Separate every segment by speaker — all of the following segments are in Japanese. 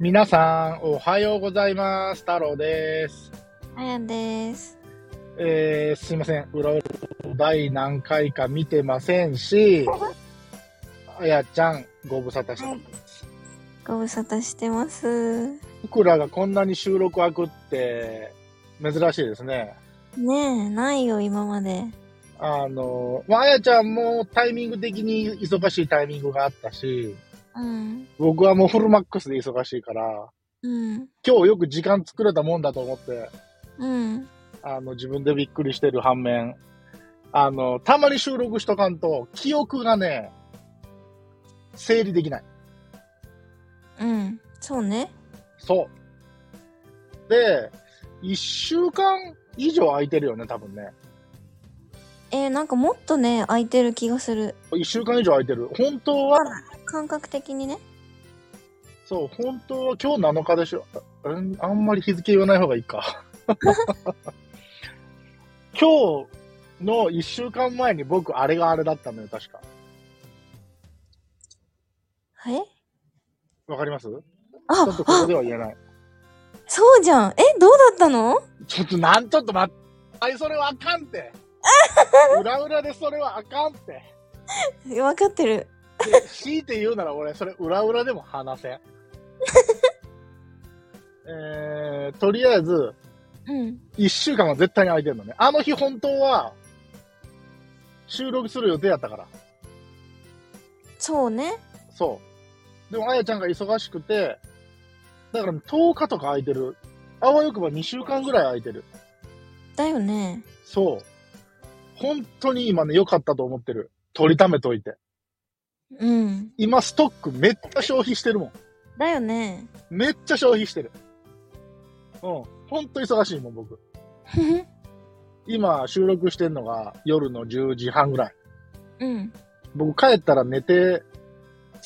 Speaker 1: 皆さん、おはようございます。太郎です。
Speaker 2: あやです。
Speaker 1: えー、すいません。うろうろ第何回か見てませんし、あやちゃん、ご無沙汰してます。
Speaker 2: ご無沙汰してます。
Speaker 1: 僕らがこんなに収録開くって、珍しいですね。
Speaker 2: ねえ、ないよ、今まで。
Speaker 1: あの、まあ、あやちゃんもタイミング的に忙しいタイミングがあったし、
Speaker 2: うん。
Speaker 1: 僕はもうフルマックスで忙しいから、
Speaker 2: うん。
Speaker 1: 今日よく時間作れたもんだと思って、
Speaker 2: うん。
Speaker 1: あの、自分でびっくりしてる反面、あの、たまに収録しとかんと、記憶がね、整理できない。
Speaker 2: うん。そうね。
Speaker 1: そう。で、1週間以上空いてるよね、多分ね。
Speaker 2: えー、なんかもっとね、空いてる気がする。
Speaker 1: 1週間以上空いてる。本当は、
Speaker 2: 感覚的にね。
Speaker 1: そう、本当は今日7日でしょ。うんあんまり日付言わない方がいいか。今日の1週間前に僕、あれがあれだったのよ、確か。
Speaker 2: え
Speaker 1: わかりますちょ
Speaker 2: あ
Speaker 1: っと、ここ
Speaker 2: あ、
Speaker 1: では言えない。
Speaker 2: そうじゃん。え、どうだったの
Speaker 1: ちょっとなん、ちょっと待って。あい、それはあかんって。裏裏でそれはあかんって。
Speaker 2: えわかってる。
Speaker 1: で強いて言うなら俺、それ裏裏でも話せん。えー、とりあえず、
Speaker 2: うん。
Speaker 1: 一週間は絶対に空いてるのね。あの日本当は、収録する予定やったから。
Speaker 2: そうね。
Speaker 1: そう。でも、あやちゃんが忙しくて、だから10日とか空いてる。あわよくば2週間ぐらい空いてる。
Speaker 2: だよね。
Speaker 1: そう。本当に今ね、良かったと思ってる。取りためといて。
Speaker 2: うん。
Speaker 1: 今ストックめっちゃ消費してるもん。
Speaker 2: だよね。
Speaker 1: めっちゃ消費してる。うん。ほんと忙しいもん、僕。
Speaker 2: ふふ
Speaker 1: 今収録してんのが夜の10時半ぐらい。
Speaker 2: うん。
Speaker 1: 僕帰ったら寝て、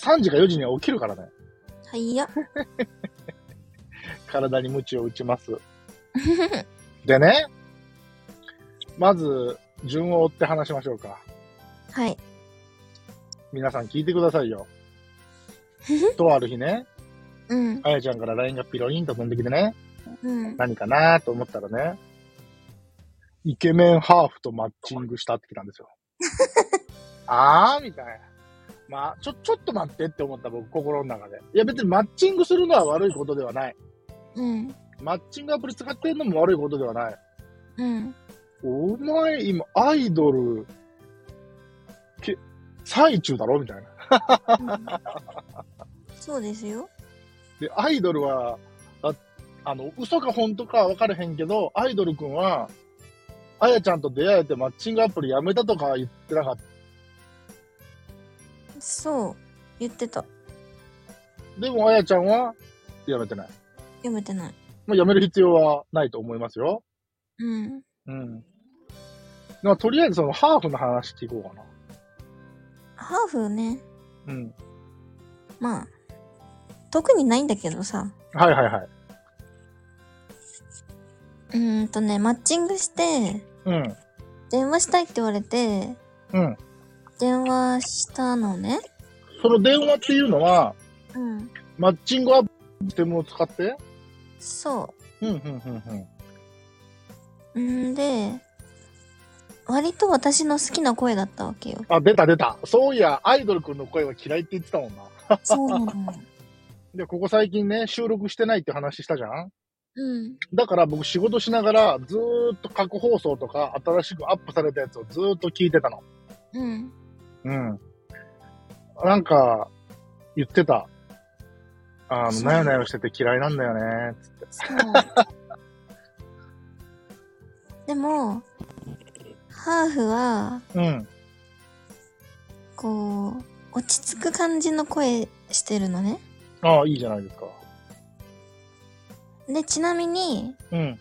Speaker 1: 3時か4時には起きるからね。
Speaker 2: はいや。
Speaker 1: 体に鞭を打ちます。
Speaker 2: ふふ
Speaker 1: でね、まず、順を追って話しましょうか。
Speaker 2: はい。
Speaker 1: 皆さん聞いてくださいよ
Speaker 2: ふ。
Speaker 1: とある日ね、
Speaker 2: うん。
Speaker 1: あやちゃんから LINE がピロリンと飛んできてね、
Speaker 2: うん。
Speaker 1: 何かなと思ったらね、イケメンハーフとマッチングしたって来たんですよ。 あーみたいな。まあ、ちょ、ちょっと待ってって思った僕、心の中で。いや、別にマッチングするのは悪いことではない。
Speaker 2: うん。
Speaker 1: マッチングアプリ使ってるのも悪いことではない。
Speaker 2: うん。
Speaker 1: お前、今、アイドル、け、最中だろみたいな。
Speaker 2: そうですよ。
Speaker 1: で、アイドルは、ああの、嘘か本当か分からへんけど、アイドルくんは、あやちゃんと出会えてマッチングアプリやめたとか言ってなかった。
Speaker 2: そう。言ってた。
Speaker 1: でも、あやちゃんは、やめてない。
Speaker 2: 読めてない。
Speaker 1: まあ、やめる必要はないと思いますよ。
Speaker 2: うん。
Speaker 1: うん。まあ、とりあえずその、ハーフの話聞こうか
Speaker 2: ハーフね。
Speaker 1: な。うん。
Speaker 2: まあ、特にないんだけどさ。
Speaker 1: はいはいはい。
Speaker 2: うーんとね、マッチングして、
Speaker 1: うん。
Speaker 2: 電話したいって言われて、
Speaker 1: うん。
Speaker 2: 電話したのね。
Speaker 1: その電話っていうのは、
Speaker 2: うん。
Speaker 1: マッチングアプリテムを使って
Speaker 2: そ
Speaker 1: うん、うん、うん、
Speaker 2: う。んで、割と私の好きな声だったわけよ。
Speaker 1: うん。あ、出た出た。そういや、アイドルくんの声は嫌いって言ってたもんな。
Speaker 2: そうなのよ。
Speaker 1: で、ここ最近ね、収録してないって話したじゃん
Speaker 2: うん。
Speaker 1: だから僕仕事しながら、ずーっと過去放送とか、新しくアップされたやつをずーっと聞いてたの。
Speaker 2: うん。
Speaker 1: うん。なんか、言ってた。あの、
Speaker 2: そう
Speaker 1: なよなよしてて嫌いなんだよね。
Speaker 2: そう。でも、ハーフは、
Speaker 1: うん。
Speaker 2: こう、落ち着く感じの声してるのね。
Speaker 1: ああ、いいじゃないですか。
Speaker 2: で、ちなみに、
Speaker 1: うん。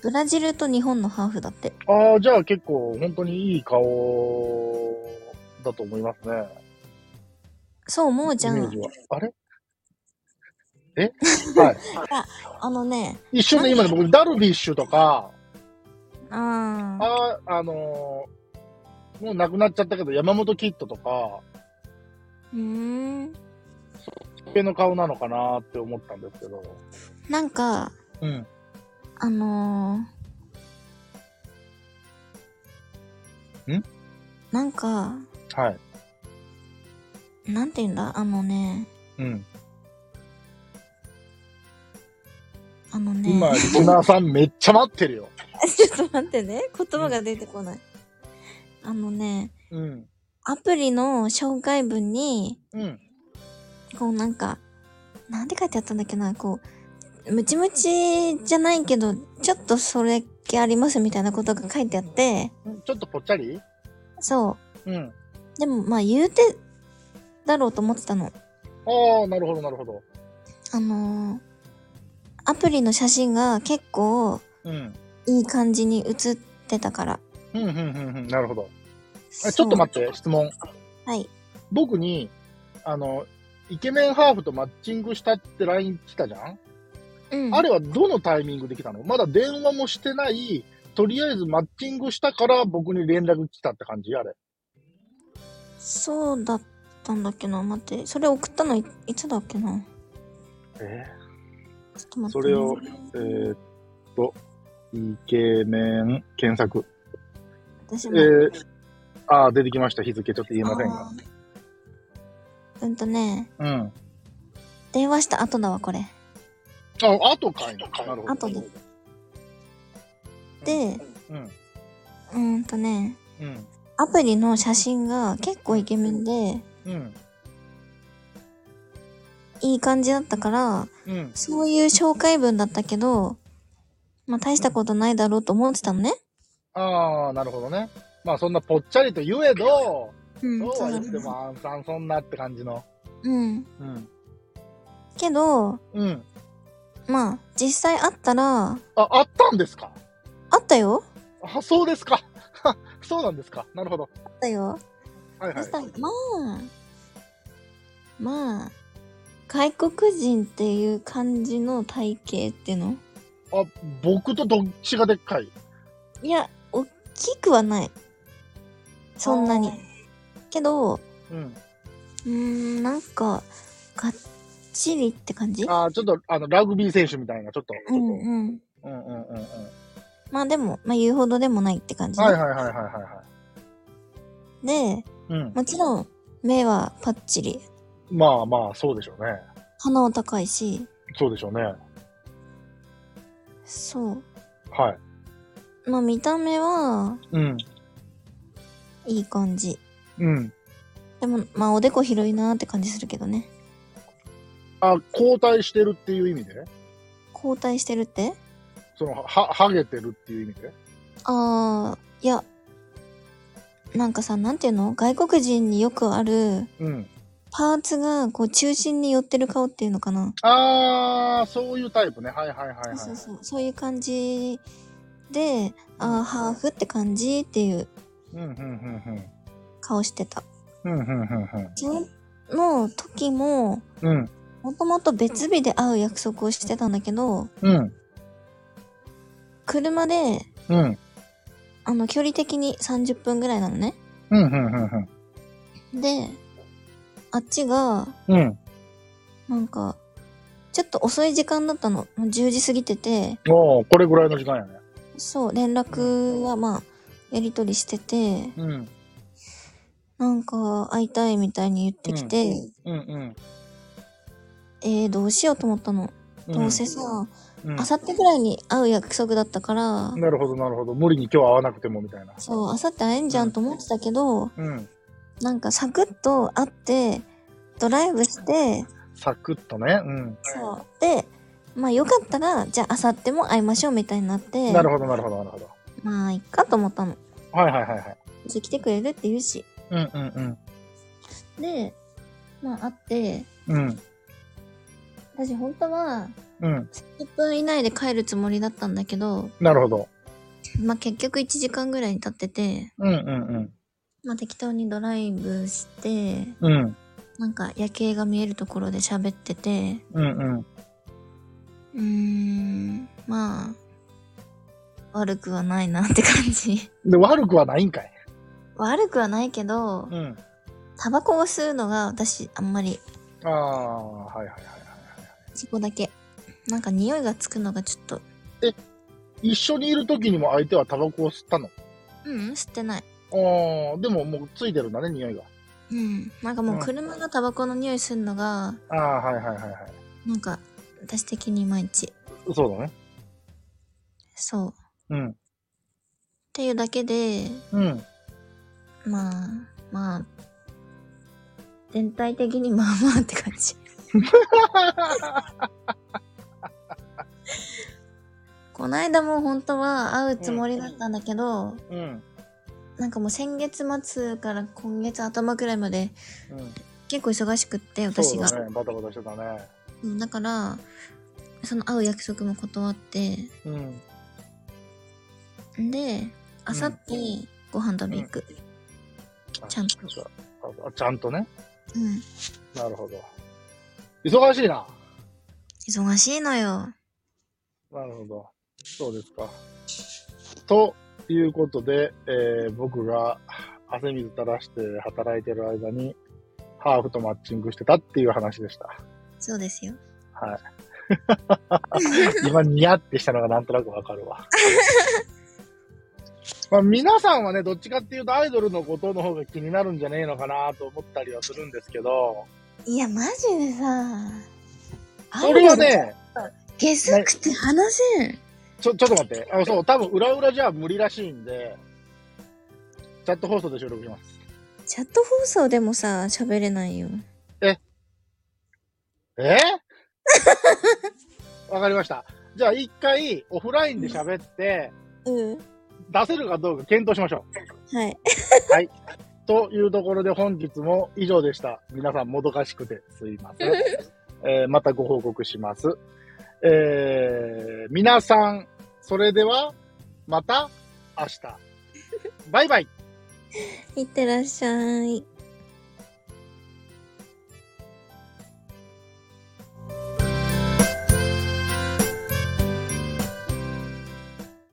Speaker 2: ブラジルと日本のハーフだって。
Speaker 1: ああ、じゃあ結構、本当にいい顔だと思いますね。
Speaker 2: そう思うじゃ
Speaker 1: イメージ
Speaker 2: ん。
Speaker 1: は。あれえはい。
Speaker 2: あのね、
Speaker 1: 一瞬で今ね、僕、ダルビッシュとか、
Speaker 2: あー
Speaker 1: あーあのーもう亡くなっちゃったけど、山本キッドとか、
Speaker 2: うーん。
Speaker 1: 平の顔なのかなって思ったんですけど。
Speaker 2: なんか、
Speaker 1: うん。
Speaker 2: あのー、
Speaker 1: ん
Speaker 2: なんか、
Speaker 1: はい。
Speaker 2: なんて言うんだあのね、
Speaker 1: うん。
Speaker 2: あのね、
Speaker 1: 今、リスナーさんめっちゃ待ってるよ。
Speaker 2: ちょっと待ってね、言葉が出てこない。あのね、
Speaker 1: うん。
Speaker 2: アプリの紹介文に、
Speaker 1: うん。
Speaker 2: こうなんか、なんて書いてあったんだっけな、こう、ムチムチじゃないけど、ちょっとそれっ気ありますみたいなことが書いてあって、
Speaker 1: ちょっとぽっちゃり
Speaker 2: そ
Speaker 1: うん。
Speaker 2: う。でもまあ言うて、だろうと思ってたの。
Speaker 1: ああ、なるほど、なるほど。
Speaker 2: あのー、アプリの写真が結構
Speaker 1: うん。
Speaker 2: いい感じに写ってたから。
Speaker 1: うん、うん、うん、うん。なるほど。え
Speaker 2: そう
Speaker 1: ちょっと待って、質問。
Speaker 2: はい。
Speaker 1: 僕に、あの、イケメンハーフとマッチングしたって LINE 来たじゃん、
Speaker 2: うん。
Speaker 1: あれはどのタイミングで来たのまだ電話もしてない、とりあえずマッチングしたから僕に連絡来たって感じあれ。
Speaker 2: そうだったんだっけな。待って。それ送ったのいいつだっけな。
Speaker 1: え
Speaker 2: ちょっと待
Speaker 1: そ
Speaker 2: ってね、
Speaker 1: れを、えーっと、イケメン検索。
Speaker 2: 私
Speaker 1: え
Speaker 2: も。
Speaker 1: ー、ああ、出てきました。日付ちょっと言えませんが。
Speaker 2: あーうんとね、
Speaker 1: うん。
Speaker 2: 電話した後だわ、これ。
Speaker 1: あ、あとかいな。なるほど。
Speaker 2: 後で。で、
Speaker 1: うん。
Speaker 2: うーんとね、
Speaker 1: うん。
Speaker 2: アプリの写真が結構イケメンで、
Speaker 1: うん。
Speaker 2: いい感じだったから、
Speaker 1: うん。
Speaker 2: そういう紹介文だったけど、まあ大したことないだろうと思ってたのね。
Speaker 1: ああ、なるほどね。まあそんなぽっちゃりと言えど、
Speaker 2: うん、
Speaker 1: そうは言って
Speaker 2: だね
Speaker 1: も、あんさんそんなって感じの。
Speaker 2: うん。
Speaker 1: うん。
Speaker 2: けど、
Speaker 1: うん。
Speaker 2: まあ、実際会ったら、
Speaker 1: あ、あったんですか
Speaker 2: 会ったよ
Speaker 1: あ、そうですか。 はそうなんですか。なるほど。
Speaker 2: 会ったよ。
Speaker 1: はいは
Speaker 2: そ
Speaker 1: い
Speaker 2: し。たら、まあ、まあ、外国人っていう感じの体型っていうの
Speaker 1: あ、僕とどっちがでっかい
Speaker 2: いや、大きくはない。そんなに
Speaker 1: あー。
Speaker 2: けど、
Speaker 1: うん。
Speaker 2: うーん、なんか、がっちりって感じ
Speaker 1: あーちょっと、あの、ラグビー選手みたいな、ちょっと。ち
Speaker 2: う
Speaker 1: ょっ
Speaker 2: ん
Speaker 1: と
Speaker 2: う
Speaker 1: う
Speaker 2: ん。
Speaker 1: んうんうんうん。はい
Speaker 2: まあでも、まあ言うほどでもないって感じ。
Speaker 1: はいはいはいはいは
Speaker 2: で、
Speaker 1: い。うん。
Speaker 2: もちろん、目はパッチリ。
Speaker 1: まあまあ、そうでしょうね。
Speaker 2: 鼻は高いし、
Speaker 1: そうでしょうね。
Speaker 2: そう。
Speaker 1: はい。
Speaker 2: まあ見た目は、
Speaker 1: うん。
Speaker 2: いい感じ。
Speaker 1: うん。
Speaker 2: でも、まあおでこ広いなーって感じするけどね。
Speaker 1: あ、交代してるっていう意味で
Speaker 2: 交代してるって
Speaker 1: その、は、はげてるっていう意味で
Speaker 2: あー、いや、なんかさ、なんていうの外国人によくある、
Speaker 1: うん。
Speaker 2: パーツがこう中心に寄ってる顔っていうのかな、
Speaker 1: あー、そういうタイプね。はいはいはいはい。
Speaker 2: そうそうそういう感じであーハーフって感じっていう
Speaker 1: うんうんうん
Speaker 2: 顔してた
Speaker 1: うん。うんうんうん
Speaker 2: その時も
Speaker 1: うん。うん。
Speaker 2: もともと別日で会う約束をしてたんだけど
Speaker 1: うん。
Speaker 2: 車で
Speaker 1: うん。
Speaker 2: あの距離的に30分ぐらいなのね
Speaker 1: うんうんうん
Speaker 2: であっちが
Speaker 1: うん。うん。
Speaker 2: なんかちょっと遅い時間だったのもう10時過ぎてて
Speaker 1: おー、これぐらいの時間やね。
Speaker 2: そう連絡はまあやり取りしてて
Speaker 1: うん。
Speaker 2: なんか会いたいみたいに言ってきて、
Speaker 1: うんうん。
Speaker 2: えー、どうしようと思ったの。
Speaker 1: うん
Speaker 2: どうせさ、
Speaker 1: うん
Speaker 2: あさってぐらいに会う約束だったから、
Speaker 1: なるほどなるほど。無理に今日会わなくてもみたいな。
Speaker 2: そう、あさって会えんじゃんと思ってたけど、
Speaker 1: うん。
Speaker 2: なんかサクッと会って、ドライブして、
Speaker 1: サクッとね。うん。
Speaker 2: そう、で、まあよかったら、じゃああさっても会いましょうみたいになって、
Speaker 1: なるほどなるほどなるほど。
Speaker 2: まあいっかと思ったの。
Speaker 1: はいはいはいはい。
Speaker 2: じゃあ来てくれるって言うし。
Speaker 1: うんうん
Speaker 2: で、まあ会って、
Speaker 1: うん。うん。
Speaker 2: 私本当は
Speaker 1: うん。
Speaker 2: 10分以内で帰るつもりだったんだけど、
Speaker 1: なるほど。
Speaker 2: まあ結局1時間ぐらいに経ってて、
Speaker 1: うんうん
Speaker 2: まあ、適当にドライブして、
Speaker 1: うん。うん。
Speaker 2: なんか夜景が見えるところで喋ってて、
Speaker 1: うんうん。
Speaker 2: うーん、まあ、悪くはないなって感じ。
Speaker 1: で、悪くはないんかい。
Speaker 2: 悪くはないけど
Speaker 1: う、ん。
Speaker 2: タバコを吸うのが私あんまり
Speaker 1: ああ、はいはいはいはい。
Speaker 2: そこだけ。なんか匂いがつくのがちょっと、
Speaker 1: 一緒にいる時にも相手はタバコを吸ったの。
Speaker 2: うん、吸ってない。
Speaker 1: ああ、でももうついてるんだね、匂いが。
Speaker 2: うん。なんかもう車がタバコの匂いするのが、
Speaker 1: ああ、はいはいはいは
Speaker 2: なんか、私的にいまいち。
Speaker 1: い。そうだね。
Speaker 2: そう。っ
Speaker 1: うん。
Speaker 2: ていうだけで、
Speaker 1: うん。
Speaker 2: まあ、まあ、全体的にまあまあって感 じ。この間も本当は会うつもりだったんだけど、
Speaker 1: うん。
Speaker 2: なんかもう先月末から今月頭くらいまで
Speaker 1: うん。
Speaker 2: 結構忙しくって
Speaker 1: そ
Speaker 2: 私
Speaker 1: う
Speaker 2: が
Speaker 1: だね。バタバタしてたね。
Speaker 2: うんだからその会う約束も断って
Speaker 1: うん。
Speaker 2: んであさってご飯食べ行く
Speaker 1: あ
Speaker 2: ちゃんと。
Speaker 1: ああちゃんとね。
Speaker 2: うん、
Speaker 1: なるほど。忙しいな。
Speaker 2: 忙しいのよ
Speaker 1: なるほど。そうですか。ということで、えー僕が汗水垂らして働いてる間に、ハーフとマッチングしてたっていう話で した。
Speaker 2: そうですよ
Speaker 1: 今、ニヤってしたのがなんとなくわかる わ。まあ、皆さんはね、どっちかっていうとアイドルのことの方が気になるんじゃねえのかなと思ったりはするんですけど、
Speaker 2: いやマジでさ
Speaker 1: それはね、
Speaker 2: ゲスくて話せん
Speaker 1: ちょ、ちょっと待って。あそう、多分、裏裏じゃ無理らしいんで、チャット放送で収録します。
Speaker 2: チャット放送でもさ喋れないよ
Speaker 1: えわかりました。じゃあ一回オフラインで喋って、
Speaker 2: うん
Speaker 1: 出せるかどうか検討しましょ
Speaker 2: はい
Speaker 1: う。というところで本日も以上でした。皆さんもどかしくてすいません。えーまたご報告します。えー皆さん、それではまた明日。バイバイ。
Speaker 2: いってらっしゃい